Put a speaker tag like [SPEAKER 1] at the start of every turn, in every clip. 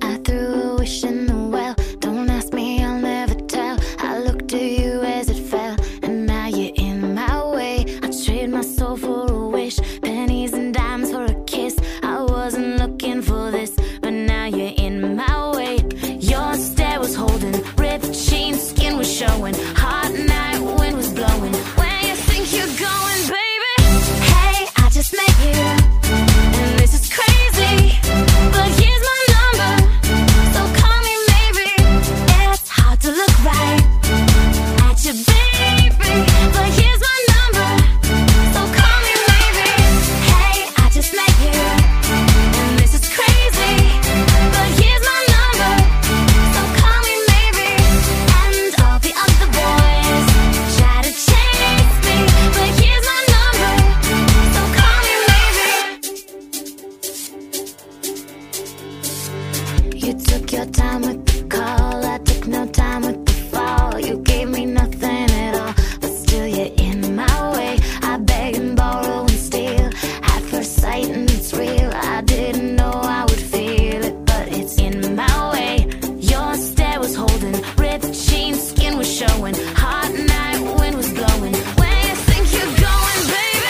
[SPEAKER 1] I threw a wish in the well. Don't ask me, I'll never tell. I looked to you as it fell, and now you're in my way. I trade my soul for a wish, pennies and dimes for a kiss. I wasn't looking for this, but now you're in my way. Your stare was holding, ripped jeans, skin was showing, hot night wind was blowing. Where you think you're going, baby? Hey, I just met you. And this is crazy, but here's my number. So call me maybe. It's hard to look right at you, baby. But here's my number. So call me maybe. Hey, I just met you. And this is crazy, but here's my number. So call me maybe. And all the other boys try to chase me, but here's my number. So call me maybe. You took your time with the call. I took no time with the fall. You gave me nothing at all, but still you're in my way. I beg and borrow and steal at first sight, and it's real. I didn't know I would feel it, but it's in my way. Your stare was holding, ripped jeans, skin was showing, hot night wind was blowing. Where you think you're going, baby?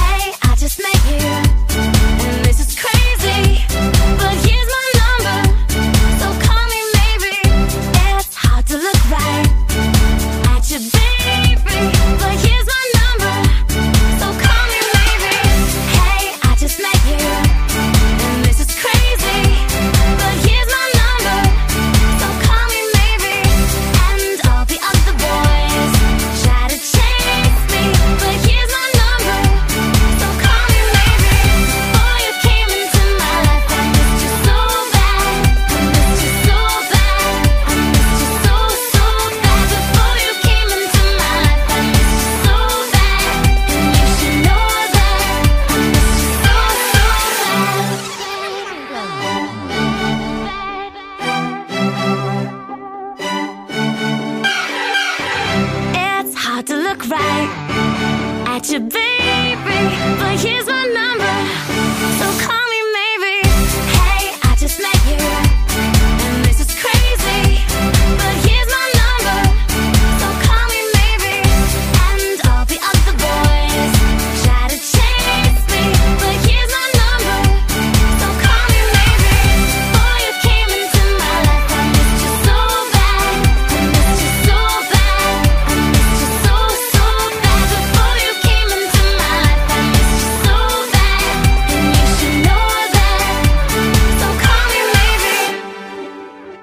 [SPEAKER 1] Hey, I just met you. And this is crazy, but here's my number. So call me maybe. It's hard to look right at you, baby. But here's my number. So call me maybe. Hey, I just met you. And this is crazy, but here's my number. So call me maybe. And all the other boys try to chase me, but here's my number. So call me maybe. Boy, you came into my life. I missed you so bad. I missed you so bad. I missed you so so bad. Before you came into my life, I missed you so bad. And you should know that I missed you so so bad. It's hard to look right at you, baby. But here's my number, so call me maybe. Hey, I just met you, and this is crazy. But here's my number, so call me maybe. And all the other boys try to chase me, but here's my number, so call me maybe. Boy, you came into my life, I missed you so bad, I missed you so bad, I missed you so so bad. Before you came into my life, I missed you so bad, and you should know that. So call me maybe.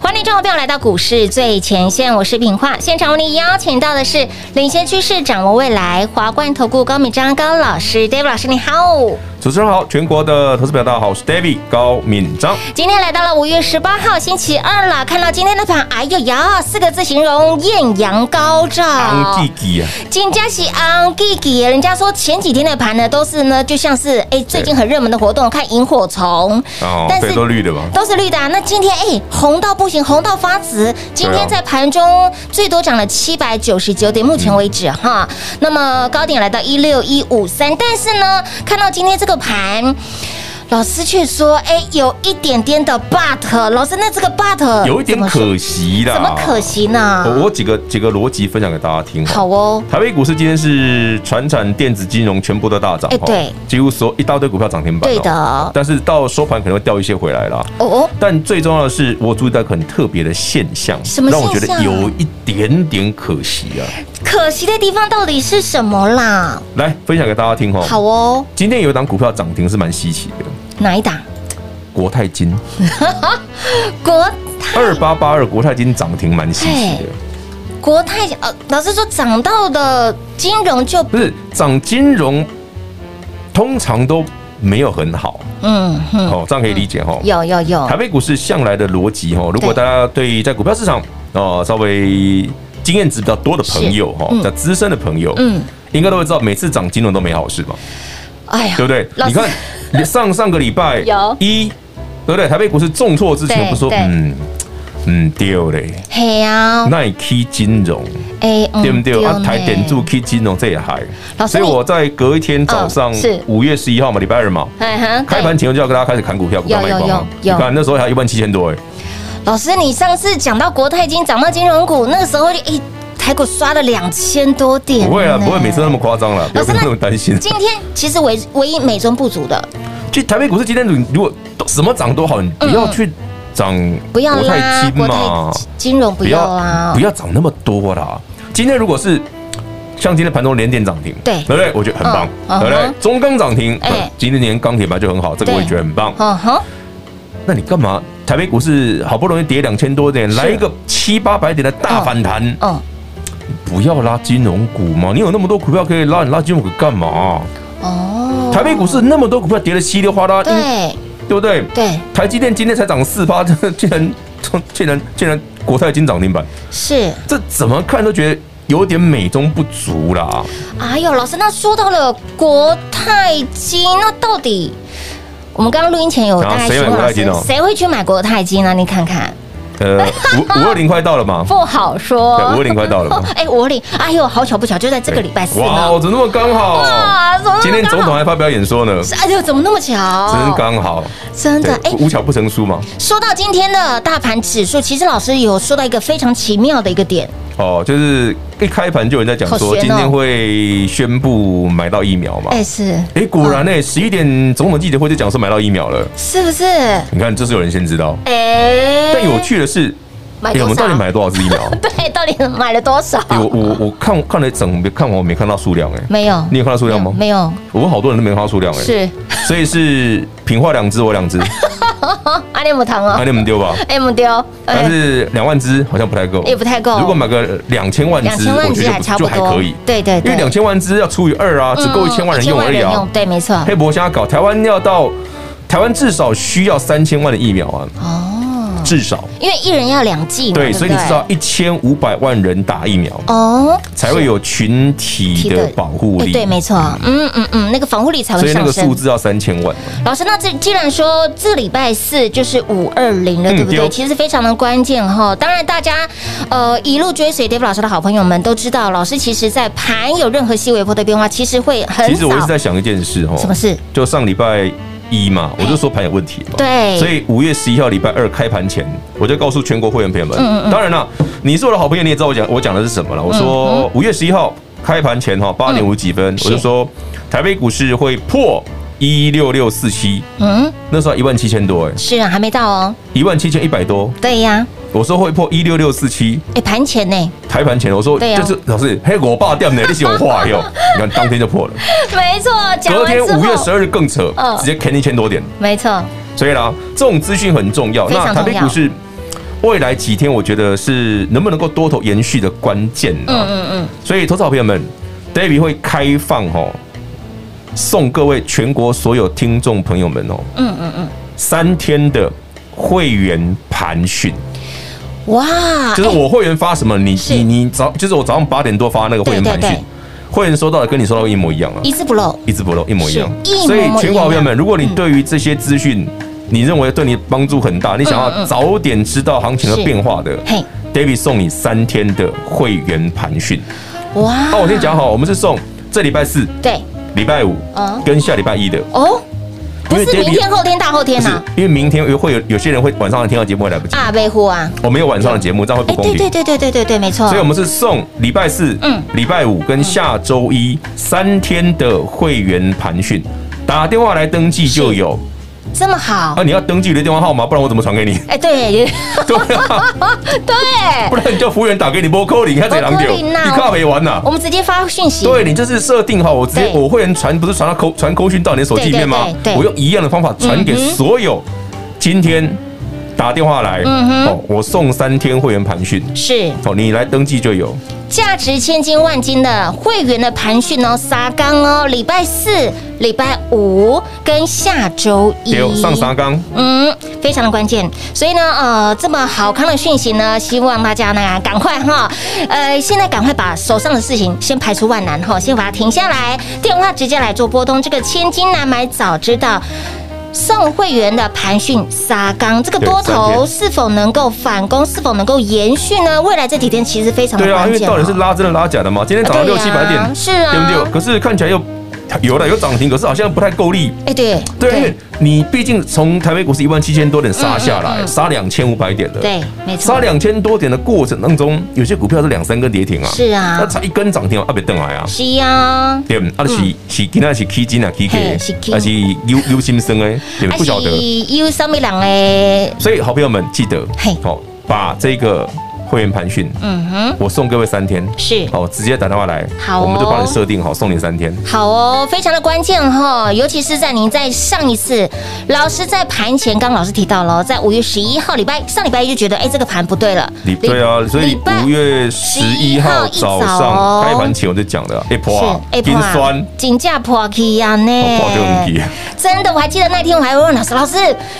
[SPEAKER 2] 欢迎众朋友来到股市最前线，我是品化。现场为您邀请到的是领先趋势、掌握未来华冠投顾高敏章高老师，David 老师，你好。
[SPEAKER 3] 主持人好，全国的投资表大家好，我是 David 高敏章。
[SPEAKER 2] 今天来到了五月十八号星期二了，看到今天的盘，哎呦呀，四个字形容艳阳高照。
[SPEAKER 3] 昂弟弟啊，
[SPEAKER 2] 金佳喜昂 g i 人家说前几天的盘呢，都是呢，就像是哎、最近很热门的活动，看萤火虫，
[SPEAKER 3] 哦
[SPEAKER 2] 但，是
[SPEAKER 3] 对，都绿的吧？
[SPEAKER 2] 都是绿的、啊。那今天哎、红到不行，红到发紫。今天
[SPEAKER 3] 啊
[SPEAKER 2] 在盘中最多涨了七百九十九点，目前为止、哈，那么高点来到一六一五三，但是呢，看到今天这个盘。老师却说：“哎、有一点点的 but，老师，那这个 but
[SPEAKER 3] 有一点
[SPEAKER 2] 怎么说
[SPEAKER 3] 可惜啊哦啦。
[SPEAKER 2] 怎么可惜呢？
[SPEAKER 3] 我我几个几个逻辑分享给大家听。
[SPEAKER 2] 好。哦，
[SPEAKER 3] 台北股市今天是船产、电子、金融全部都大涨，
[SPEAKER 2] 哎
[SPEAKER 3] 哈
[SPEAKER 2] 对，
[SPEAKER 3] 几乎所有一大堆股票涨停板，
[SPEAKER 2] 对的
[SPEAKER 3] 哈但是到收盘可能会掉一些回来啦。
[SPEAKER 2] 哦哦，
[SPEAKER 3] 但最重要的是，我注意到一个很特别的现象，
[SPEAKER 2] 什么
[SPEAKER 3] 让我
[SPEAKER 2] 现
[SPEAKER 3] 觉得
[SPEAKER 2] 象
[SPEAKER 3] 有一点点可惜啊。
[SPEAKER 2] 可惜的地方到底是什么啦？
[SPEAKER 3] 来分享给大家听哈。
[SPEAKER 2] 好哦，
[SPEAKER 3] 今天有一档股票涨停是蛮稀奇的，
[SPEAKER 2] 哪一档？
[SPEAKER 3] 国泰金
[SPEAKER 2] 国
[SPEAKER 3] 二八八二，国泰金涨停蛮稀奇
[SPEAKER 2] 嘿
[SPEAKER 3] 的，
[SPEAKER 2] 国泰呃，老师说涨到的金融就
[SPEAKER 3] 不是涨金融通常都没有很好，
[SPEAKER 2] 嗯哼，
[SPEAKER 3] 哦，这样可以理解哈。
[SPEAKER 2] 有有有
[SPEAKER 3] 台，北股市向来的逻辑哦哈，如果
[SPEAKER 2] 对
[SPEAKER 3] 大家对在股票市场哦稍微经验值比较多的朋友哈，
[SPEAKER 2] 嗯
[SPEAKER 3] 比较资深的朋友，
[SPEAKER 2] 嗯，
[SPEAKER 3] 应该都会知道，每次涨金融都没好事嘛，
[SPEAKER 2] 哎呀
[SPEAKER 3] 对，不对？
[SPEAKER 2] 老
[SPEAKER 3] 你
[SPEAKER 2] 师
[SPEAKER 3] 看你上上个礼拜
[SPEAKER 4] 有
[SPEAKER 3] 一，对不对？台北股市重挫之前，
[SPEAKER 2] 对
[SPEAKER 3] 我们说
[SPEAKER 2] 对嗯
[SPEAKER 3] 嗯嗯丢嘞
[SPEAKER 2] 嘿呀，
[SPEAKER 3] ，Nike 金融
[SPEAKER 2] 哎，嗯
[SPEAKER 3] 对不对？啊，
[SPEAKER 2] 呢
[SPEAKER 3] 台点住 K 金融这也还
[SPEAKER 2] 老，师
[SPEAKER 3] 所以
[SPEAKER 2] 你
[SPEAKER 3] 我在隔一天早上
[SPEAKER 2] 嗯是
[SPEAKER 3] 五月十一号嘛，礼拜二嘛，
[SPEAKER 2] 哎哼，
[SPEAKER 3] 开盘前我就要跟大家开始砍股票，股票
[SPEAKER 2] 有
[SPEAKER 3] 卖光
[SPEAKER 2] 有
[SPEAKER 3] 啊，你
[SPEAKER 2] 有有
[SPEAKER 3] 看那时候还一万七千多哎。
[SPEAKER 2] 对老师，你上次讲到国泰金涨到金融股，那个时候就哎，台股刷了两千多点，
[SPEAKER 3] 不会啦，
[SPEAKER 2] 呢
[SPEAKER 3] 不会每次都那么夸张啦，不
[SPEAKER 2] 老
[SPEAKER 3] 要
[SPEAKER 2] 师
[SPEAKER 3] 那么担心。
[SPEAKER 2] 今天其实唯唯一美中不足的，
[SPEAKER 3] 就台北股市今天如果都什么涨都好，你不要去涨
[SPEAKER 2] 嗯不要
[SPEAKER 3] 国
[SPEAKER 2] 啦
[SPEAKER 3] 泰，金
[SPEAKER 2] 国
[SPEAKER 3] 嘛
[SPEAKER 2] 泰，金融不要啊啦
[SPEAKER 3] 不，要涨那么多啦。今天如果是像今天盘中连点涨停，
[SPEAKER 2] 对
[SPEAKER 3] 对不对？我觉得很棒，
[SPEAKER 2] 嗯
[SPEAKER 3] 对不对
[SPEAKER 2] 嗯哼？
[SPEAKER 3] 中钢涨停
[SPEAKER 2] 哎，
[SPEAKER 3] 今天连钢铁盘就很好，这个
[SPEAKER 2] 对
[SPEAKER 3] 我也觉得很棒。
[SPEAKER 2] 嗯哼，
[SPEAKER 3] 那你干嘛？台北股市好不容易跌两千多点，来一
[SPEAKER 2] 啊
[SPEAKER 3] 个七八百点的大反弹，啊
[SPEAKER 2] 嗯，
[SPEAKER 3] 不要拉金融股嘛？你有那么多股票可以拉，你拉金融股干嘛？
[SPEAKER 2] 哦，
[SPEAKER 3] 台北股市那么多股票跌得稀里哗啦，应
[SPEAKER 2] 对
[SPEAKER 3] 对不对？
[SPEAKER 2] 对
[SPEAKER 3] 台积电今天才涨四趴，这竟然竟然竟然国泰金涨停板，
[SPEAKER 2] 是，
[SPEAKER 3] 这怎么看都觉得有点美中不足啦。
[SPEAKER 2] 哎呦，老师，那说到了国泰金，那到底我们刚刚录音前有
[SPEAKER 3] 啊
[SPEAKER 2] 大概
[SPEAKER 3] 谁买
[SPEAKER 2] 询问
[SPEAKER 3] 国
[SPEAKER 2] 老
[SPEAKER 3] 泰金
[SPEAKER 2] 师
[SPEAKER 3] 哦，
[SPEAKER 2] 谁会去买国泰金呢？哦啊你看看，
[SPEAKER 3] 呃，五五二零快到了嘛？
[SPEAKER 2] 不好说
[SPEAKER 3] 对，。520快到了嘛
[SPEAKER 2] 哎，五二零，哎呦，好巧不巧，就在这个礼拜四
[SPEAKER 3] 哇，
[SPEAKER 2] 呢。
[SPEAKER 3] 怎么那么刚好？
[SPEAKER 2] 哇，怎么
[SPEAKER 3] 今
[SPEAKER 2] 那
[SPEAKER 3] 天
[SPEAKER 2] 么
[SPEAKER 3] 总
[SPEAKER 2] 刚
[SPEAKER 3] 统
[SPEAKER 2] 好？
[SPEAKER 3] 还发表演说呢，
[SPEAKER 2] 哎呦，怎么那么巧？
[SPEAKER 3] 真刚好。
[SPEAKER 2] 真的，哎
[SPEAKER 3] 对，无巧不成书嘛。
[SPEAKER 2] 说到今天的大盘指数，其实老师有说到一个非常奇妙的一个点，
[SPEAKER 3] 哦，就是一开盘就有人在讲
[SPEAKER 2] 好
[SPEAKER 3] 说，
[SPEAKER 2] 悬哦
[SPEAKER 3] 今天会宣布买到疫苗嘛。
[SPEAKER 2] 哎，是
[SPEAKER 3] 哎，果然呢，十一点总统记者会就讲说买到疫苗了。
[SPEAKER 2] 是不是？
[SPEAKER 3] 你看，这是有人先知道。
[SPEAKER 2] 哎，
[SPEAKER 3] 但有趣的是，
[SPEAKER 2] 买
[SPEAKER 3] 哎，我
[SPEAKER 2] 多
[SPEAKER 3] 们到底
[SPEAKER 2] 少？哦
[SPEAKER 3] 买了多少支疫 苗？
[SPEAKER 2] 对，到底买了多少？
[SPEAKER 3] 哎我我我看看了整，没看完我没看到数量哎、
[SPEAKER 2] 没有，
[SPEAKER 3] 你有看到数量吗？
[SPEAKER 2] 没有，
[SPEAKER 3] 我们好多人都没看到数量哎、
[SPEAKER 2] 嗯是
[SPEAKER 3] 所以是平化两只，我两只，
[SPEAKER 2] 阿里姆糖哦
[SPEAKER 3] 那啊你们丢吧。
[SPEAKER 2] ，M 丢，
[SPEAKER 3] 但是两万只好像不太够，
[SPEAKER 2] 哎也不太够
[SPEAKER 3] 如果买个两千万
[SPEAKER 2] 两
[SPEAKER 3] 只，
[SPEAKER 2] 千
[SPEAKER 3] 我
[SPEAKER 2] 万
[SPEAKER 3] 觉
[SPEAKER 2] 只
[SPEAKER 3] 得
[SPEAKER 2] 还
[SPEAKER 3] 就
[SPEAKER 2] 差
[SPEAKER 3] 就
[SPEAKER 2] 不
[SPEAKER 3] 还
[SPEAKER 2] 多，
[SPEAKER 3] 可以，
[SPEAKER 2] 对对
[SPEAKER 3] 因为
[SPEAKER 2] 对，
[SPEAKER 3] 两千万只要除以二啊，只够一千万人用而已
[SPEAKER 2] 1000万人
[SPEAKER 3] 啊
[SPEAKER 2] 用。对，没错，
[SPEAKER 3] 黑博虾搞台湾要到台湾至少需要三千万的疫苗啊，
[SPEAKER 2] 哦，
[SPEAKER 3] 至少
[SPEAKER 2] 因为一人要两剂嘛，
[SPEAKER 3] 对，
[SPEAKER 2] 不
[SPEAKER 3] 所以你知道一千五百万人打疫苗
[SPEAKER 2] 哦，
[SPEAKER 3] 才会有群体的保护
[SPEAKER 2] 哎
[SPEAKER 3] 力，
[SPEAKER 2] 对，没错，嗯嗯嗯，那个防护力才
[SPEAKER 3] 所
[SPEAKER 2] 会
[SPEAKER 3] 以那
[SPEAKER 2] 上
[SPEAKER 3] 个数
[SPEAKER 2] 升。
[SPEAKER 3] 字要三千万。
[SPEAKER 2] 老师，那这既然说这礼拜四就是五二零了，
[SPEAKER 3] 嗯
[SPEAKER 2] 对不对？
[SPEAKER 3] 丢
[SPEAKER 2] 其实非常的关键哈。当然，大家呃一路追随 Dave 老师的好朋友们都知道，老师其实在盘有任何细微波的变化，其实会很
[SPEAKER 3] 其实我一直
[SPEAKER 2] 早。
[SPEAKER 3] 在想一件事哦，
[SPEAKER 2] 什么事？哎
[SPEAKER 3] 就上礼拜一嘛，我就说盘有问题嘛。
[SPEAKER 2] 对
[SPEAKER 3] 所以五月十一号礼拜二开盘前，我就告诉全国会员朋友
[SPEAKER 2] 嗯
[SPEAKER 3] 们。当然了，你是我的好朋友，你也知道我讲我讲的是什么了。我
[SPEAKER 2] 嗯
[SPEAKER 3] 说五月十一号开盘前哈，八点五几分，我就说台北股市会破一六六四七，
[SPEAKER 2] 嗯，
[SPEAKER 3] 那时候一万七千多哎，
[SPEAKER 2] 是啊，还没到哦。
[SPEAKER 3] 一万七千一百多。
[SPEAKER 2] 对呀，
[SPEAKER 3] 我说会破一六六四七，
[SPEAKER 2] 哎，盘前呢？
[SPEAKER 3] 开盘前我说
[SPEAKER 2] 对啊
[SPEAKER 3] 就是老师，嘿，我爸掉呢，你喜欢画哟，你看当天就破了。
[SPEAKER 2] 没错，讲
[SPEAKER 3] 隔
[SPEAKER 2] 完
[SPEAKER 3] 天
[SPEAKER 2] 之后，
[SPEAKER 3] 五月十二日更扯
[SPEAKER 2] 嗯，
[SPEAKER 3] 直接砍一千多点。
[SPEAKER 2] 没错，
[SPEAKER 3] 所以啦，这种资讯很重要。
[SPEAKER 2] 非常
[SPEAKER 3] 那台
[SPEAKER 2] 重要
[SPEAKER 3] 北股市未来几天，我觉得是能不能够多头延续的关键
[SPEAKER 2] 嗯
[SPEAKER 3] 啊。
[SPEAKER 2] 嗯嗯，
[SPEAKER 3] 所以，投资好朋友们，David 会开放哦，送各位全国所有听众朋友们哦，嗯嗯嗯，三天的会员盘讯，
[SPEAKER 2] 哇，
[SPEAKER 3] 就是
[SPEAKER 2] 哎
[SPEAKER 3] 我会员发什么，你
[SPEAKER 2] 是
[SPEAKER 3] 你你早，就是我早上八点多发那个会员
[SPEAKER 2] 对
[SPEAKER 3] 盘
[SPEAKER 2] 对
[SPEAKER 3] 讯
[SPEAKER 2] 对，
[SPEAKER 3] 会员收到的跟你收到的一模一样啊。
[SPEAKER 2] 一字不漏，
[SPEAKER 3] 一字不漏，一模一样。
[SPEAKER 2] 是一模
[SPEAKER 3] 所以
[SPEAKER 2] 一模，
[SPEAKER 3] 全
[SPEAKER 2] 一
[SPEAKER 3] 国
[SPEAKER 2] 样
[SPEAKER 3] 好朋友们，如果你对于这些资讯，你认为对你帮助很大，你想要早点知道行情的
[SPEAKER 2] 嗯是
[SPEAKER 3] 变化的
[SPEAKER 2] 嘿，
[SPEAKER 3] ，David 送你三天的会员盘讯。
[SPEAKER 2] 哇，
[SPEAKER 3] 哦，我先讲好，我们是送这礼拜四、
[SPEAKER 2] 对，
[SPEAKER 3] 礼拜五
[SPEAKER 2] 嗯
[SPEAKER 3] 跟下礼拜一的，
[SPEAKER 2] 哦，不
[SPEAKER 3] 因为
[SPEAKER 2] 是明
[SPEAKER 3] David-
[SPEAKER 2] 天、后天、大后
[SPEAKER 3] 不
[SPEAKER 2] 天
[SPEAKER 3] 是
[SPEAKER 2] 呐，
[SPEAKER 3] 因为明天会有有些人会晚上听到节目会来不及，
[SPEAKER 2] 啊，维护啊，
[SPEAKER 3] 我没有晚上的节目，这样会
[SPEAKER 2] 哎，
[SPEAKER 3] 不
[SPEAKER 2] 对
[SPEAKER 3] 公平
[SPEAKER 2] 对。对对对对对，没错
[SPEAKER 3] 所以，，我们是送礼拜四、
[SPEAKER 2] 嗯
[SPEAKER 3] 礼拜五跟下周一三天的会员盘讯，打电话来登记就是有。
[SPEAKER 2] 这么好
[SPEAKER 3] 啊，，你要登记你的电话号码，不然我怎么传 给你？
[SPEAKER 2] 哎，对也
[SPEAKER 3] 对啊，
[SPEAKER 2] 对，
[SPEAKER 3] 不然你叫服务员打给你拨扣你看谁狼
[SPEAKER 2] 没
[SPEAKER 3] 丢，
[SPEAKER 2] 可能
[SPEAKER 3] 你
[SPEAKER 2] 啊
[SPEAKER 3] 卡没完呐。
[SPEAKER 2] 我们直接发讯息，
[SPEAKER 3] 对你就是设定好，我直接
[SPEAKER 2] 对
[SPEAKER 3] 我会员传不是传到扣传扣讯到你的手机里面吗
[SPEAKER 2] 对对对？对
[SPEAKER 3] 我用一样的方法传给
[SPEAKER 2] 嗯哼
[SPEAKER 3] 所有今天打电话来
[SPEAKER 2] 嗯哼
[SPEAKER 3] 哦，我送三天会员盘讯
[SPEAKER 2] 是
[SPEAKER 3] 哦，你来登记就有。
[SPEAKER 2] 价值千金万金的会员的盘讯哦，撒缸哦，礼拜四、礼拜五跟下周一
[SPEAKER 3] 丢上沙缸，
[SPEAKER 2] 嗯，非常的关键。所以呢，呃，这么好康的讯息呢，希望大家呢赶快哈，呃，现在赶快把手上的事情先排除万难哈，先把它停下来，电话直接来做拨通。这个千金难买早知道。送会员的盘讯沙缸，这个
[SPEAKER 3] 对
[SPEAKER 2] 多
[SPEAKER 3] 三
[SPEAKER 2] 头
[SPEAKER 3] 天
[SPEAKER 2] 是否能够反攻，是否能够延续呢？未来这几天其实非常的
[SPEAKER 3] 对啊，因
[SPEAKER 2] 关
[SPEAKER 3] 为
[SPEAKER 2] 键、
[SPEAKER 3] 到底是拉真的拉假的嘛？今天涨了六
[SPEAKER 2] 对啊
[SPEAKER 3] 七百点，
[SPEAKER 2] 是啊
[SPEAKER 3] 对不对？可是看起来又有了有涨停，可是好像不太够力。
[SPEAKER 2] 哎、对
[SPEAKER 3] 对，因为你毕竟从台北股市一万七千多点杀下来，杀两千五百点的，
[SPEAKER 2] 嗯对，没错
[SPEAKER 3] 杀，两千多点的过程当中，有些股票是两三根跌停啊，
[SPEAKER 2] 是啊
[SPEAKER 3] 那才一根涨停啊，别等来啊。
[SPEAKER 2] 是呀。
[SPEAKER 3] 对不对，啊，就是是今天是起金啊，起价
[SPEAKER 2] 嗯嘿是起，啊
[SPEAKER 3] 还是忧忧心生哎，对不对不晓得。
[SPEAKER 2] 有什么人诶？
[SPEAKER 3] 所以，好朋友们记得
[SPEAKER 2] 嘿，
[SPEAKER 3] 好把这个会员盘讯，
[SPEAKER 2] 嗯哼，
[SPEAKER 3] 我送各位三天，
[SPEAKER 2] 是
[SPEAKER 3] 哦，直接打电话来，
[SPEAKER 2] 好哦
[SPEAKER 3] 我们就帮你设定好，送你三天。
[SPEAKER 2] 好哦，非常的关键哈、尤其是在您在上一次老师在盘前，刚刚老师提到了，哦在五月十一号礼拜上礼拜一就觉得，哎，这个盘不对了。
[SPEAKER 3] 你对啊，所以
[SPEAKER 2] 礼拜
[SPEAKER 3] 五月十一号早
[SPEAKER 2] 一早哦
[SPEAKER 3] 上开盘前我就讲了，Apple 啊，
[SPEAKER 2] 是哎
[SPEAKER 3] 金酸，
[SPEAKER 2] 金价破起呀呢
[SPEAKER 3] 哦破这个问题，
[SPEAKER 2] 真的，我还记得那天我还问老师，老师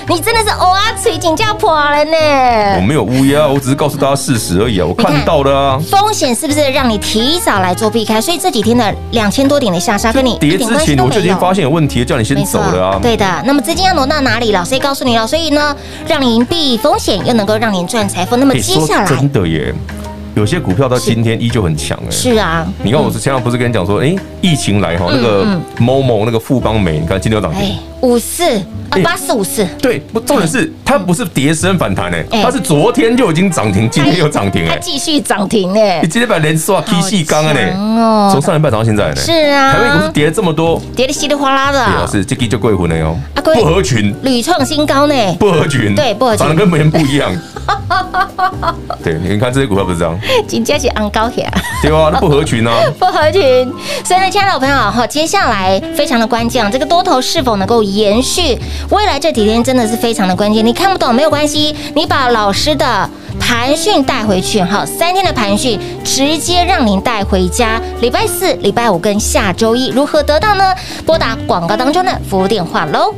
[SPEAKER 2] 你真的是偶啊吹金价破了
[SPEAKER 3] 我
[SPEAKER 2] 呢。
[SPEAKER 3] 没有乌鸦，我只是告诉大家事实而已啊，我
[SPEAKER 2] 你
[SPEAKER 3] 看
[SPEAKER 2] 看
[SPEAKER 3] 到的啊。
[SPEAKER 2] 风险是不是让你提早来做避开？所以这几天的两千多点的下杀，跟你一
[SPEAKER 3] 跌
[SPEAKER 2] 点
[SPEAKER 3] 之
[SPEAKER 2] 关系
[SPEAKER 3] 前
[SPEAKER 2] 都
[SPEAKER 3] 我
[SPEAKER 2] 没
[SPEAKER 3] 就已经
[SPEAKER 2] 有。
[SPEAKER 3] 发现有问题了，叫你先
[SPEAKER 2] 没
[SPEAKER 3] 走
[SPEAKER 2] 错，
[SPEAKER 3] 了啊。
[SPEAKER 2] 对的。那么资金要挪到哪里？老师也告诉你了，所以呢，让您避风险，又能够让您赚财富。那么
[SPEAKER 3] 哎
[SPEAKER 2] 接
[SPEAKER 3] 说
[SPEAKER 2] 下来
[SPEAKER 3] 真的耶，有些股票到今天依旧很强哎。
[SPEAKER 2] 是啊，
[SPEAKER 3] 你看，我是前两不是跟你讲说，哎，疫情来哈，那个
[SPEAKER 2] 嗯
[SPEAKER 3] 某某那个富邦美，你看今天有涨
[SPEAKER 2] 哎
[SPEAKER 3] 停。，
[SPEAKER 2] 五四啊
[SPEAKER 3] 哎，
[SPEAKER 2] 八四五四，
[SPEAKER 3] 对，不，重点是它不是跌升反弹哎，
[SPEAKER 2] 哎
[SPEAKER 3] 它是昨天就已经涨停，今天又涨停
[SPEAKER 2] 它
[SPEAKER 3] 哎，
[SPEAKER 2] 继续涨停呢
[SPEAKER 3] 你，今天把连刷
[SPEAKER 2] 哦
[SPEAKER 3] K 细刚了呢，
[SPEAKER 2] 强哦
[SPEAKER 3] 从，上礼拜涨到现在呢。
[SPEAKER 2] 是啊
[SPEAKER 3] 台湾股市跌了这么多，
[SPEAKER 2] 跌得稀里哗啦的
[SPEAKER 3] 老
[SPEAKER 2] 啊，
[SPEAKER 3] 师这个就贵魂了哟
[SPEAKER 2] 啊，贵
[SPEAKER 3] 不合群。
[SPEAKER 2] 屡创新高呢。
[SPEAKER 3] 不合群，
[SPEAKER 2] 对不合群
[SPEAKER 3] 长得跟别人不 一样。对，你看这些股票不是这样，
[SPEAKER 2] 紧接着昂高铁
[SPEAKER 3] 对吧？那不合 群啊，
[SPEAKER 2] 不合群，所以呢，亲爱的朋友哈，接下来非常的关键，这个多头是否能够延续，未来这几天真的是非常的关键。你看不懂没有关系，你把老师的盘讯带回去哈，三天的盘讯直接让您带回家。礼拜四、礼拜五跟下周一如何得到呢？拨打广告当中的服务电话喽。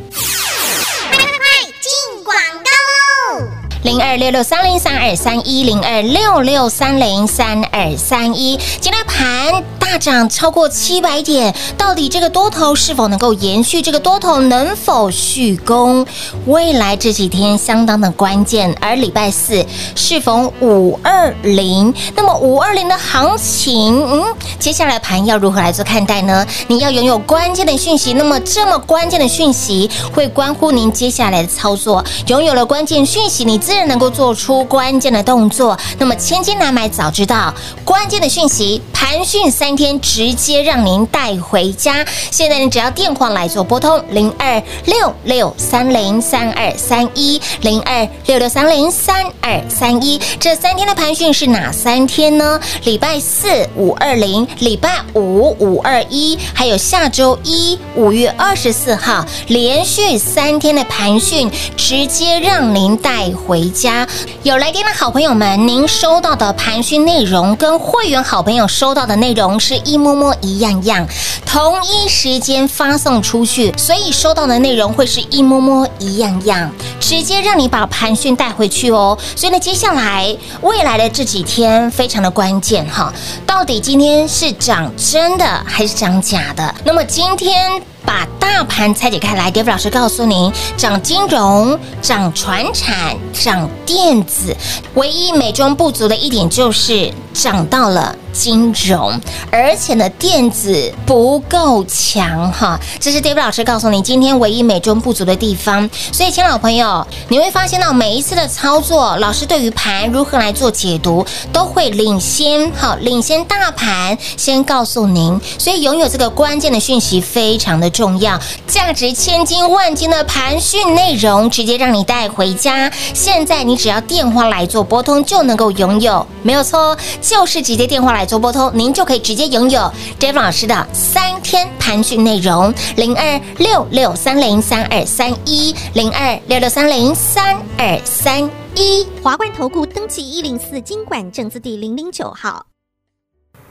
[SPEAKER 2] 零二六六三零三二三一零二六六三零三二三一。今天盘大涨超过七百点，到底这个多头是否能够延续？这个多头能否续攻？未来这几天相当的关键。而礼拜四适逢五二零，那么五二零的行情，嗯，接下来盘要如何来做看待呢？你要拥有关键的讯息，那么这么关键的讯息会关乎您接下来的操作。拥有了关键讯息，你自然能够做出关键的动作。那么千金难买早知道，关键的讯息盘讯三天直接让您带回家。现在你只要电话来做拨通零二六六三零三二三一零二六六三零三二三一。这三天的盘讯是哪三天呢？礼拜四五二零，礼拜五五二一，还有下周一五月二十四号，连续三天的盘讯，直接让您带回家。有来电的好朋友们，您收到的盘讯内容跟会员好朋友收到的内容是一模模一样样，同一时间发送出去，所以收到的内容会是一模模一样样，直接让你把盘讯带回去哦。所以呢，接下来未来的这几天非常的关键哈，到底今天是涨真的还是涨假的？那么今天。把大盘拆解开来，David 老师告诉您，涨金融、涨船产、涨电子，唯一美中不足的一点就是涨到了金融，而且呢，电子不够强哈。 这是 David 老师告诉你今天唯一美中不足的地方。所以，亲老朋友，你会发现到每一次的操作，老师对于盘如何来做解读，都会领先好，领先大盘，先告诉您。所以，拥有这个关键的讯息非常的重要，价值千金万金的盘讯内容，直接让你带回家。现在你只要电话来做拨通，就能够拥有，没有错哦，就是直接电话来做拨通，您就可以直接拥有 Dave 老师的三天盘讯内容，零二六六三零三二三一，零二六六三零三二三一。
[SPEAKER 5] 华冠投顾登记一零四经管证字第零零九号。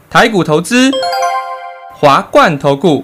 [SPEAKER 5] 台股投资，华冠投顾。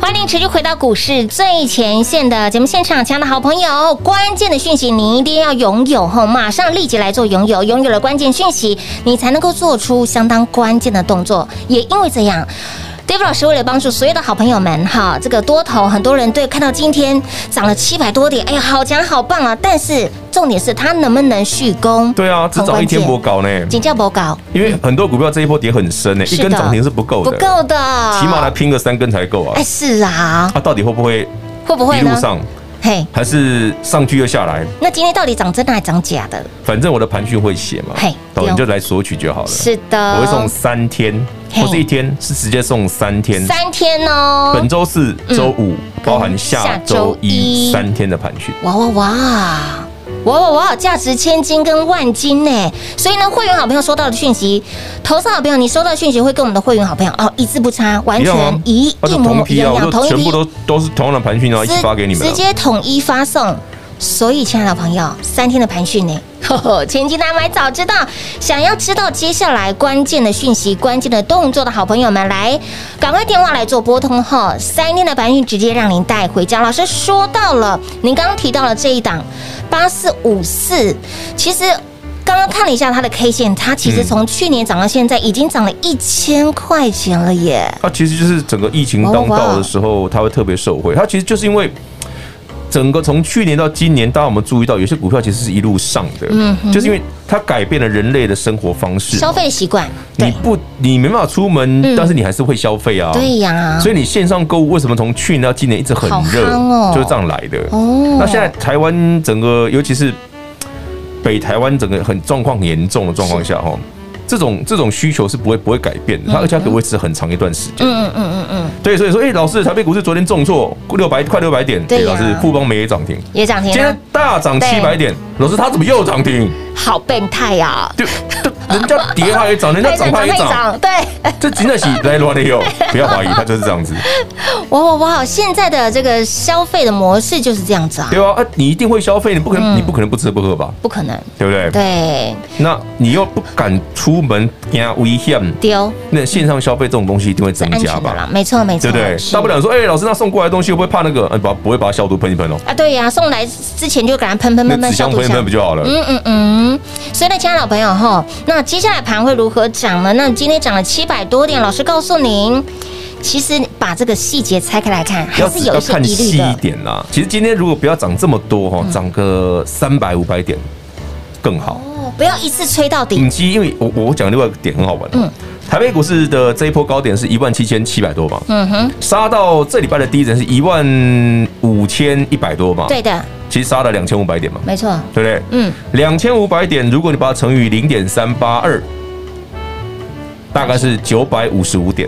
[SPEAKER 2] 欢迎持续回到股市最前线的节目现场，亲爱的好朋友，关键的讯息你一定要拥有吼，马上立即来做拥有，拥有了关键讯息，你才能够做出相当关键的动作。也因为这样。David 老师为了帮助所有的好朋友们哈，这个多头很多人对看到今天涨了七百多点，哎呀，好强好棒啊！但是重点是它能不能续攻？
[SPEAKER 3] 对啊，只涨一天不搞呢，
[SPEAKER 2] 紧叫不搞，
[SPEAKER 3] 因为很多股票这一波跌很深呢，
[SPEAKER 2] 是
[SPEAKER 3] 一
[SPEAKER 2] 的
[SPEAKER 3] 根涨停是不够
[SPEAKER 2] 不
[SPEAKER 3] 的，
[SPEAKER 2] 够的，
[SPEAKER 3] 起码来拼个三根才够啊
[SPEAKER 2] 哎，。是啊，
[SPEAKER 3] 它到底会不会
[SPEAKER 2] 会不会
[SPEAKER 3] 一
[SPEAKER 2] 呢
[SPEAKER 3] 路？上，
[SPEAKER 2] 嘿，
[SPEAKER 3] 还是上去又下来？
[SPEAKER 2] 那今天到底涨真的还涨假的？
[SPEAKER 3] 反正我的盘讯会写嘛
[SPEAKER 2] 嘿，
[SPEAKER 3] 懂
[SPEAKER 2] 对哦
[SPEAKER 3] 你就来索取就好了。
[SPEAKER 2] 是的，
[SPEAKER 3] 我会送三天，
[SPEAKER 2] 嘿
[SPEAKER 3] 不是一天，是直接送三天。
[SPEAKER 2] 三天哦
[SPEAKER 3] 本。周四、周五，包含
[SPEAKER 2] 下
[SPEAKER 3] 下
[SPEAKER 2] 嗯周
[SPEAKER 3] 周
[SPEAKER 2] 一
[SPEAKER 3] 一三天的盘讯。
[SPEAKER 2] 哇哇哇！哇哇哇！价值千金跟万金呢，所以呢，会员好朋友收到的讯息，投资好朋友你收到的讯息会跟我们的会员好朋友哦一字不差，完
[SPEAKER 3] 一样
[SPEAKER 2] 全
[SPEAKER 3] 啊
[SPEAKER 2] 一
[SPEAKER 3] 那
[SPEAKER 2] 一
[SPEAKER 3] 就
[SPEAKER 2] 模
[SPEAKER 3] 同
[SPEAKER 2] 一
[SPEAKER 3] 批啊，
[SPEAKER 2] 样，
[SPEAKER 3] 我就全部都都是同样的盘讯啊，一
[SPEAKER 2] 直
[SPEAKER 3] 起发给你们
[SPEAKER 2] 直
[SPEAKER 3] 啊。
[SPEAKER 2] 接统一发送。所以，亲爱的朋友，三天的盘讯呢， 呵呵，前期大家买早知道，想要知道接下来关键的讯息、关键的动作的好朋友们，来赶快电话来做拨通哈！三天的盘讯直接让您带回家。老师说到了，您刚刚提到了这一档八四五四，其实。刚刚看了一下它的 K 线，它其实
[SPEAKER 3] 嗯
[SPEAKER 2] 从去年涨到现在，已经涨了一千块钱了耶！
[SPEAKER 3] 它其实就是整个疫情当道的时候，它会特别受惠。它其实就是因为整个从去年到今年，大家有没有注意到，有些股票其实是一路上的，就是因为它改变了人类的生活方
[SPEAKER 2] 嗯
[SPEAKER 3] 式。
[SPEAKER 2] 消费习惯，
[SPEAKER 3] 你
[SPEAKER 2] 对
[SPEAKER 3] 不，你没办法出门，
[SPEAKER 2] 嗯
[SPEAKER 3] 但是你还是会消费啊。
[SPEAKER 2] 对呀，
[SPEAKER 3] 所以你线上购物为什么从去年到今年一直很热，
[SPEAKER 2] 好夯哦
[SPEAKER 3] 就是这样来的。
[SPEAKER 2] 哦
[SPEAKER 3] 那现在台湾整个，尤其是北台湾整个很状况严重的状况下，哈，这种这种需求是不会不会改变的，它而且它可以维持很长一段时间。
[SPEAKER 2] 嗯嗯嗯嗯嗯，
[SPEAKER 3] 对，所以说，哎，老师，台北股市昨天重挫六百快六百点，
[SPEAKER 2] 对
[SPEAKER 3] 诶
[SPEAKER 2] 呀
[SPEAKER 3] 老师，富邦没涨停，
[SPEAKER 2] 也涨停
[SPEAKER 3] 今
[SPEAKER 2] 了
[SPEAKER 3] 天，大涨
[SPEAKER 2] 对
[SPEAKER 3] 七百点，老师，它怎么又涨停？
[SPEAKER 2] 好变态啊呀！
[SPEAKER 3] 对，对人家跌 它也涨，人家涨它也
[SPEAKER 2] 会
[SPEAKER 3] 涨，
[SPEAKER 2] 涨，对，
[SPEAKER 3] 这真的是来乱 的哟，不要怀疑，它就是这样子。
[SPEAKER 2] 哇哇哇！现在的这个消费的模式就是这样子啊，
[SPEAKER 3] 对啊，啊，你一定会消费，你不可能，
[SPEAKER 2] 嗯
[SPEAKER 3] 你不可能不吃不喝吧，
[SPEAKER 2] 不可能，
[SPEAKER 3] 对不对？
[SPEAKER 2] 对，
[SPEAKER 3] 那你又不敢出门，怕危险，
[SPEAKER 2] 丢
[SPEAKER 3] 那线上消费这种东西一定会增
[SPEAKER 2] 安
[SPEAKER 3] 加
[SPEAKER 2] 全的
[SPEAKER 3] 吧
[SPEAKER 2] 啦，？没错没错，
[SPEAKER 3] 对不对？
[SPEAKER 2] 是啊
[SPEAKER 3] 大不了说，哎，老师，那送过来的东西会不会怕那个？哎，把不会把它消毒喷一喷哦，
[SPEAKER 2] 啊，对呀，送来之前就给它喷喷
[SPEAKER 3] 那
[SPEAKER 2] 喷喷
[SPEAKER 3] 纸
[SPEAKER 2] 消
[SPEAKER 3] 箱
[SPEAKER 2] 毒一
[SPEAKER 3] 喷一
[SPEAKER 2] 下
[SPEAKER 3] 喷不。就好了？
[SPEAKER 2] 嗯嗯嗯，所以呢，亲爱的老朋友哈，那接下来盘会如何涨呢？那今天涨了七百多点，老师告诉您，其实把这个细节拆开来看，还
[SPEAKER 3] 要
[SPEAKER 2] 是有
[SPEAKER 3] 要
[SPEAKER 2] 一些
[SPEAKER 3] 看
[SPEAKER 2] 疑虑
[SPEAKER 3] 细一
[SPEAKER 2] 的。嗯
[SPEAKER 3] 点啦。其实今天如果不要涨这么多哈，涨个三百五百点更好。
[SPEAKER 2] 哦，不要一次吹到底
[SPEAKER 3] 影，基，因为我我讲另外一个点很好玩，
[SPEAKER 2] 嗯
[SPEAKER 3] 嗯，台北股市的这一波高点是一万七千七百多嘛，
[SPEAKER 2] 嗯哼，
[SPEAKER 3] 杀到这礼拜的低点是一万五千一百多嘛，
[SPEAKER 2] 对，的，
[SPEAKER 3] 其实杀了两千五百点嘛，
[SPEAKER 2] 没错，
[SPEAKER 3] 对不对？
[SPEAKER 2] 嗯，
[SPEAKER 3] 两千五百点，如果你把它乘以零点三八二，大概是九百五十五点。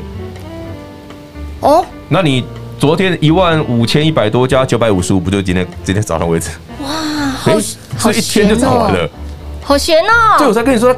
[SPEAKER 2] 哦，
[SPEAKER 3] 那你昨天一万五千一百多加九百五十五，不就是今天今天早上为止？
[SPEAKER 2] 哇，好
[SPEAKER 3] 诶
[SPEAKER 2] 好
[SPEAKER 3] 所以一天就
[SPEAKER 2] 悬
[SPEAKER 3] 涨完
[SPEAKER 2] 哦
[SPEAKER 3] 了，。
[SPEAKER 2] 好悬
[SPEAKER 3] 所以我
[SPEAKER 2] 哦！
[SPEAKER 3] 才跟你说，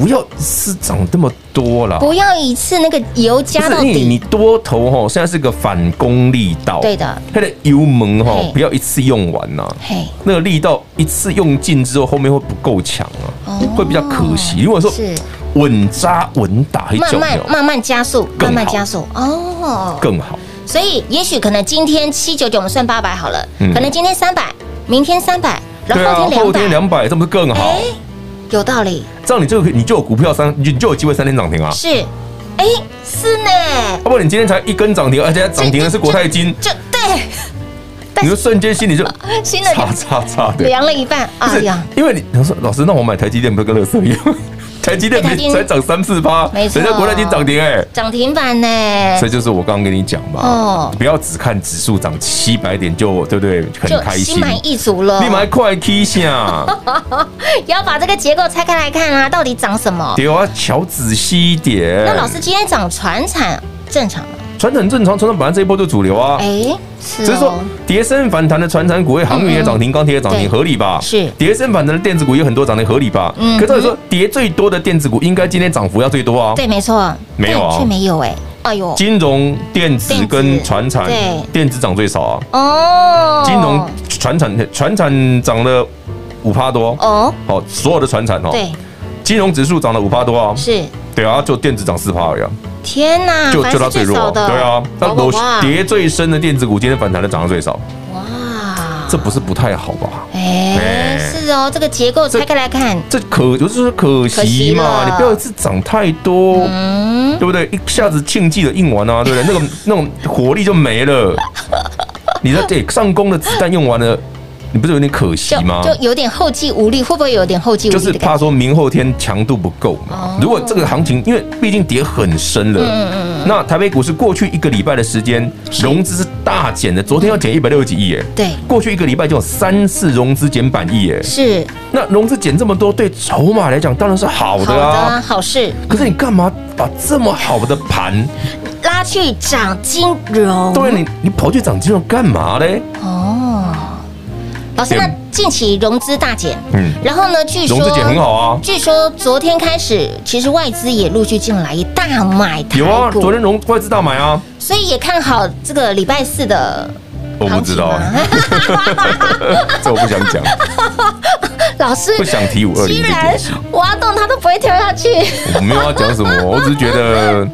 [SPEAKER 3] 不要是涨这么多啦。
[SPEAKER 2] 不要一次那个油加
[SPEAKER 3] 不
[SPEAKER 2] 到
[SPEAKER 3] 是你你
[SPEAKER 2] 底，
[SPEAKER 3] 多头吼，现在是个反攻力道，
[SPEAKER 2] 对的，
[SPEAKER 3] 它的油门吼
[SPEAKER 2] 嘿
[SPEAKER 3] 不要一次用完呐。
[SPEAKER 2] 嘿，
[SPEAKER 3] 那个力道一次用尽之后，后面会不够强啊
[SPEAKER 2] 哦，
[SPEAKER 3] 会比较可惜。因为我说
[SPEAKER 2] 是
[SPEAKER 3] 稳扎稳打一
[SPEAKER 2] 慢
[SPEAKER 3] 种，
[SPEAKER 2] 慢慢慢加速，
[SPEAKER 3] 更
[SPEAKER 2] 慢慢
[SPEAKER 3] 好
[SPEAKER 2] 加速哦。
[SPEAKER 3] 更好。
[SPEAKER 2] 所以也许可能今天七九九，我们算八百好了，
[SPEAKER 3] 嗯
[SPEAKER 2] 可能今天三百，明天三百，然
[SPEAKER 3] 对
[SPEAKER 2] 后
[SPEAKER 3] 啊，
[SPEAKER 2] 后
[SPEAKER 3] 后
[SPEAKER 2] 天
[SPEAKER 3] 天
[SPEAKER 2] 两百，
[SPEAKER 3] 两百，这不是更好
[SPEAKER 2] 哎？有道理，
[SPEAKER 3] 这样你就可以你就有股票三，你就你就有机会三天涨停啊。
[SPEAKER 2] 是，哎，是呢，
[SPEAKER 3] 要不然你今天才一根涨停，而且涨停的是国泰金，
[SPEAKER 2] 就嗯对，啊但
[SPEAKER 3] 你就瞬间心里就
[SPEAKER 2] 新的
[SPEAKER 3] 叉叉叉的。
[SPEAKER 2] 凉了一半，
[SPEAKER 3] 不
[SPEAKER 2] 哎
[SPEAKER 3] 是
[SPEAKER 2] 呀，，
[SPEAKER 3] 因为你他说老师，那我买台积电不是跟乐色一样？ 台积电
[SPEAKER 2] 台积
[SPEAKER 3] 才涨三四趴，
[SPEAKER 2] 没错
[SPEAKER 3] 人家国泰金涨停哎。
[SPEAKER 2] 涨停板呢，
[SPEAKER 3] 所以就是我刚刚跟你讲嘛，
[SPEAKER 2] 哦
[SPEAKER 3] 不要只看指数涨七百点就对不对？很
[SPEAKER 2] 就
[SPEAKER 3] 开
[SPEAKER 2] 心
[SPEAKER 3] 心，
[SPEAKER 2] 满意足了哎
[SPEAKER 3] 立，马快 K 啊下，
[SPEAKER 2] 要把这个结构拆开来看啊，到底涨什么？
[SPEAKER 3] 对啊，瞧仔细一点。
[SPEAKER 2] 那老师，今天涨船产正常吗？
[SPEAKER 3] 传统很正常，传统本来这一波就主流啊。
[SPEAKER 2] 哎，是
[SPEAKER 3] 只是说
[SPEAKER 2] 哦，
[SPEAKER 3] 跌升反弹的传产股，哎航运也涨停，钢铁也涨
[SPEAKER 2] 对
[SPEAKER 3] 停，合理吧？
[SPEAKER 2] 是
[SPEAKER 3] 跌升反弹的电子股也很多涨停，合理吧？
[SPEAKER 2] 嗯
[SPEAKER 3] 可是照理说，跌最多的电子股应该今天涨幅要最多啊。
[SPEAKER 2] 对，没错，
[SPEAKER 3] 没有啊
[SPEAKER 2] 对却没有哎，哎呦，
[SPEAKER 3] 金融、电子
[SPEAKER 2] 电
[SPEAKER 3] 跟
[SPEAKER 2] 子
[SPEAKER 3] 船产
[SPEAKER 2] 对，
[SPEAKER 3] 电子涨最少啊。
[SPEAKER 2] 哦，
[SPEAKER 3] 金融、船产、船产涨了五趴多，
[SPEAKER 2] 哦，
[SPEAKER 3] 好，所有的船产哦，
[SPEAKER 2] 对，
[SPEAKER 3] 金融指数涨了五趴多啊。
[SPEAKER 2] 是。
[SPEAKER 3] 对啊，就电子涨四趴而已啊，
[SPEAKER 2] 天呐，
[SPEAKER 3] 就
[SPEAKER 2] 凡
[SPEAKER 3] 就它
[SPEAKER 2] 是
[SPEAKER 3] 最弱
[SPEAKER 2] 少
[SPEAKER 3] 啊。
[SPEAKER 2] 的，
[SPEAKER 3] 对啊，那
[SPEAKER 2] 哇
[SPEAKER 3] 楼
[SPEAKER 2] 哇
[SPEAKER 3] 跌最深的电子股今天反弹的涨得最少，
[SPEAKER 2] 哇，
[SPEAKER 3] 这不是不太好吧？
[SPEAKER 2] 哎
[SPEAKER 3] 哎
[SPEAKER 2] 是哦，这个结构拆开来看，
[SPEAKER 3] 这可就是可
[SPEAKER 2] 可惜
[SPEAKER 3] 惜
[SPEAKER 2] 了
[SPEAKER 3] 嘛，你不要一次涨太多，
[SPEAKER 2] 嗯，
[SPEAKER 3] 对不对？一下子庆忌的用完啊，对不对？那个 那种活力就没了，你的这上攻的子弹用完了，你不是有点可惜
[SPEAKER 2] 就
[SPEAKER 3] 吗？
[SPEAKER 2] 就有点后继无力，会不会有点后继无
[SPEAKER 3] 就是
[SPEAKER 2] 力的感
[SPEAKER 3] 怕
[SPEAKER 2] 觉？
[SPEAKER 3] 说明后天强度不够
[SPEAKER 2] 哦嗯
[SPEAKER 3] 嘛。如果这个行情，因为毕竟跌很深了，那台北股市过去一个礼拜的时间，融资是大减的，昨天要减一百六十几亿耶。
[SPEAKER 2] 对，
[SPEAKER 3] 过去一个礼拜就有三次融资减板亿耶，
[SPEAKER 2] 是
[SPEAKER 3] 那融资减这么多，对筹码来讲当然是好的
[SPEAKER 2] 好的
[SPEAKER 3] 啊。
[SPEAKER 2] 好事，
[SPEAKER 3] 可是你干嘛把这么好的盘，
[SPEAKER 2] 拉去涨金融，
[SPEAKER 3] 对啊你你跑去涨金融干嘛嘞？
[SPEAKER 2] 哦。老师，那
[SPEAKER 3] 也
[SPEAKER 2] 近期融资大减，
[SPEAKER 3] 嗯
[SPEAKER 2] 然后呢？据说
[SPEAKER 3] 融资减很好啊，
[SPEAKER 2] 据说昨天开始，其实外资也陆续进来，也大买台股，
[SPEAKER 3] 有啊，昨天融外资大买啊，
[SPEAKER 2] 所以也看好这个礼拜四的
[SPEAKER 3] 我不知道啊
[SPEAKER 2] 行情吗
[SPEAKER 3] 这我不想讲，
[SPEAKER 2] 老师
[SPEAKER 3] 不想提五二
[SPEAKER 2] 居
[SPEAKER 3] 零这
[SPEAKER 2] 然
[SPEAKER 3] 件事。
[SPEAKER 2] 挖洞他都不会跳下去，
[SPEAKER 3] 我没有要讲什么，我只是觉得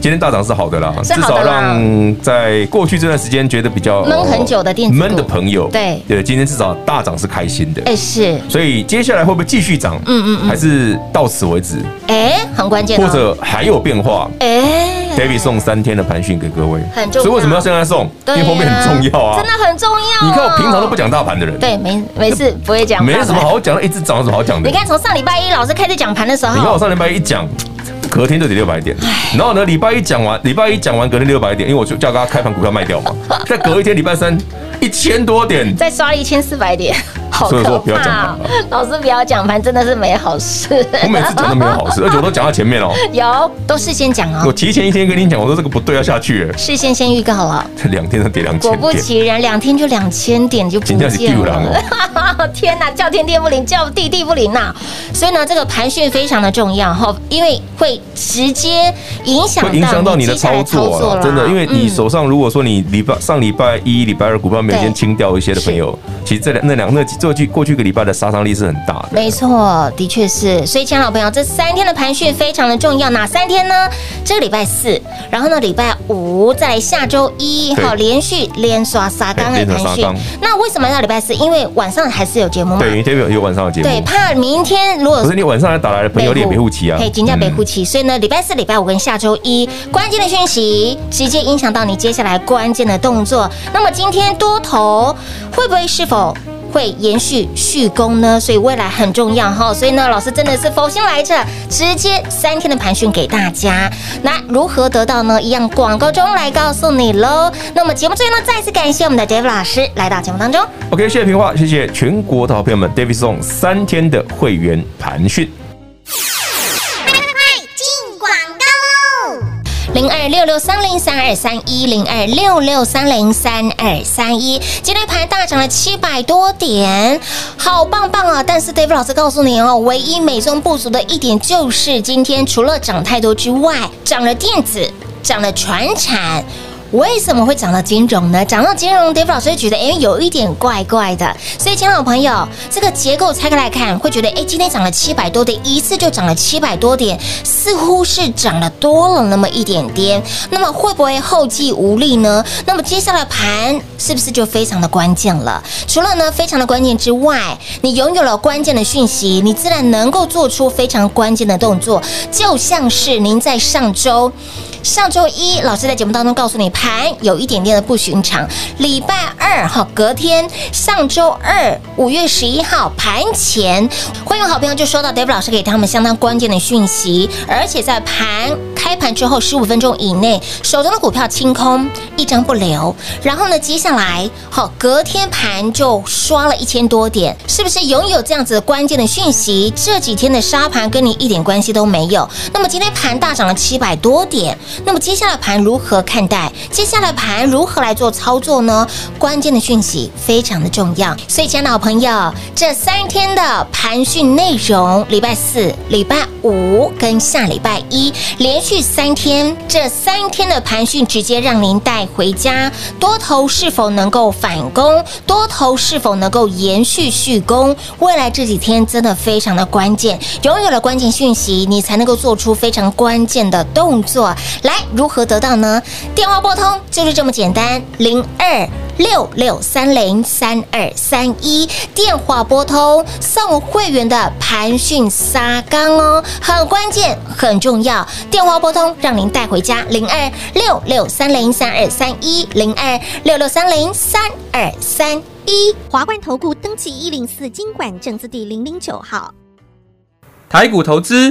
[SPEAKER 3] 今天大涨是好的啦，
[SPEAKER 2] 是
[SPEAKER 3] 至
[SPEAKER 2] 好的
[SPEAKER 3] 少
[SPEAKER 2] 啦
[SPEAKER 3] 让在过去这段时间觉得比较
[SPEAKER 2] 闷很久的电子股
[SPEAKER 3] 闷的朋友，
[SPEAKER 2] 对
[SPEAKER 3] 对，今天至少大涨是开心的。
[SPEAKER 2] 哎、是，
[SPEAKER 3] 所以接下来会不会继续涨？嗯嗯嗯，还是到此为止，
[SPEAKER 2] 哎、很关键、哦，
[SPEAKER 3] 或者还有变化
[SPEAKER 2] 哎、
[SPEAKER 3] ？David 送三天的盘讯给各位，
[SPEAKER 2] 很重要
[SPEAKER 3] 所以为什么要现在送？因
[SPEAKER 2] 对
[SPEAKER 3] 为
[SPEAKER 2] 呀
[SPEAKER 3] 后面很重要啊
[SPEAKER 2] 真。的很重要、
[SPEAKER 3] 你看我平常都不，讲大盘的人，
[SPEAKER 2] 对，没没事，不会讲，
[SPEAKER 3] 没什么。好讲的，一直涨有什么好讲的
[SPEAKER 2] 你？看从上礼拜一老师开始讲盘的时
[SPEAKER 3] 你看我
[SPEAKER 2] 候，
[SPEAKER 3] 上礼拜一讲，隔天就跌六百点，然后呢，礼拜一讲完，礼拜一讲完，隔天六百点，因为我就叫他开盘股票卖 掉嘛。再隔一天，礼拜三一千多点，
[SPEAKER 2] 再刷了一千四百点， 好
[SPEAKER 3] 所以
[SPEAKER 2] 可
[SPEAKER 3] 说不要讲
[SPEAKER 2] 怕
[SPEAKER 3] 盘
[SPEAKER 2] 哦
[SPEAKER 3] 吧！
[SPEAKER 2] 老师不要讲盘，真的是没好事。
[SPEAKER 3] 我每次讲都没有好事，而且我都讲到前面哦，
[SPEAKER 2] 有都事先讲
[SPEAKER 3] 我
[SPEAKER 2] 哦，
[SPEAKER 3] 提前一天跟你讲，我说这个不对，要下去了，
[SPEAKER 2] 事先先预告了。
[SPEAKER 3] 这两天就跌两
[SPEAKER 2] 果
[SPEAKER 3] 千
[SPEAKER 2] 不
[SPEAKER 3] 点。
[SPEAKER 2] 其然，两天就两千点就不
[SPEAKER 3] 今天是
[SPEAKER 2] 见
[SPEAKER 3] 丢人
[SPEAKER 2] 了。
[SPEAKER 3] 哦
[SPEAKER 2] 天呐，叫天天不灵，叫地地不灵呐、所以呢，这个盘讯非常的重要哈，因为会直接影响
[SPEAKER 3] 会影响到你的
[SPEAKER 2] 接下来
[SPEAKER 3] 操作
[SPEAKER 2] 操
[SPEAKER 3] 了，真的，因为你
[SPEAKER 2] 嗯
[SPEAKER 3] 手上如果说你礼拜上礼拜一、礼拜二股票没有
[SPEAKER 2] 对
[SPEAKER 3] 先清掉一些的朋友，其实这两那两那几这去过去一个礼拜的杀伤力是很大的。
[SPEAKER 2] 没错，的确是。所以，亲爱的朋友，这三天的盘讯非常的重要，哪三天呢？这个礼拜四，然后呢，礼拜五，再来下周一，
[SPEAKER 3] 对
[SPEAKER 2] 哈，连续连刷沙缸的
[SPEAKER 3] 对
[SPEAKER 2] 盘
[SPEAKER 3] 连刷
[SPEAKER 2] 讯
[SPEAKER 3] 三缸。那
[SPEAKER 2] 那为什么要礼拜四？因为晚上还是有节目嘛。
[SPEAKER 3] 对，因为这边有晚上的节目
[SPEAKER 2] 对，，怕明天如果
[SPEAKER 3] 可是你晚上来打来的朋友，你也没护齐啊，
[SPEAKER 2] 嘿，金价没
[SPEAKER 3] 嗯
[SPEAKER 2] 护期，所以呢，礼拜四、礼拜五跟下周一，关键的讯息直接影响到你接下来关键的动作。那么今天多头会不会是否？会延续续攻呢，所以未来很重要哈。所以呢，老师真的是佛心来着，直接三天的盘讯给大家。那如何得到呢？一样广告中来告诉你喽。那么节目最后呢，再次感谢我们的 David 老师来到节目当中。
[SPEAKER 3] OK，谢谢平话，谢谢全国的好朋友们，David Song 三天的会员盘讯。
[SPEAKER 1] 快进广告。
[SPEAKER 2] 零二六六三零三二三一零二六六三零三二三一。今天盘大涨了七百多点，好棒棒啊！但是 David 老师告诉你哦，唯一美中不足的一点就是今天除了涨太多之外，涨了电子，涨了船产。为什么会涨到金融呢？涨到金融，David 老师会觉得，哎，有一点怪怪的。所以，亲爱的朋友，这个结构拆开来看，会觉得，哎，今天涨了七百多点，一次就涨了七百多点，似乎是涨了多了那么一点点。那么，会不会后继无力呢？那么，接下来盘是不是就非常的关键了？除了呢非常的关键之外，你拥有了关键的讯息，你自然能够做出非常关键的动作，就像是您在上周。上周一，老师在节目当中告诉你，盘有一点点的不寻常。礼拜二哈，隔天，上周二五月十一号盘前，会员好朋友就收到 David 老师给他们相当关键的讯息，而且在盘开盘之后十五分钟以内，手中的股票清空，一张不留。然后呢，接下来好，隔天盘就刷了一千多点，是不是拥有这样子的关键的讯息？这几天的沙盘跟你一点关系都没有。那么今天盘大涨了七百多点，那么接下来盘如何看待？接下来盘如何来做操作呢？关键的讯息非常的重要，所以，亲爱的好朋友，这三天的盘讯内容，礼拜四、礼拜五跟下礼拜一连续三天，这三天的盘讯直接让您带回家。多头是否能够反攻？多头是否能够延续续攻？未来这几天真的非常的关键，拥有了关键讯息，你才能够做出非常关键的动作。来，如何得到呢？电话拨通就是这么简单，零二。六六三零三二三一电话拨通，送会员的盘讯沙缸哦，很关键，很重要。电话拨通，让您带回家。零二六六三零三二三一零二六六三零三二三一。
[SPEAKER 6] 华冠投顾登记一零四经管证字第零零九号。
[SPEAKER 5] 台股投资，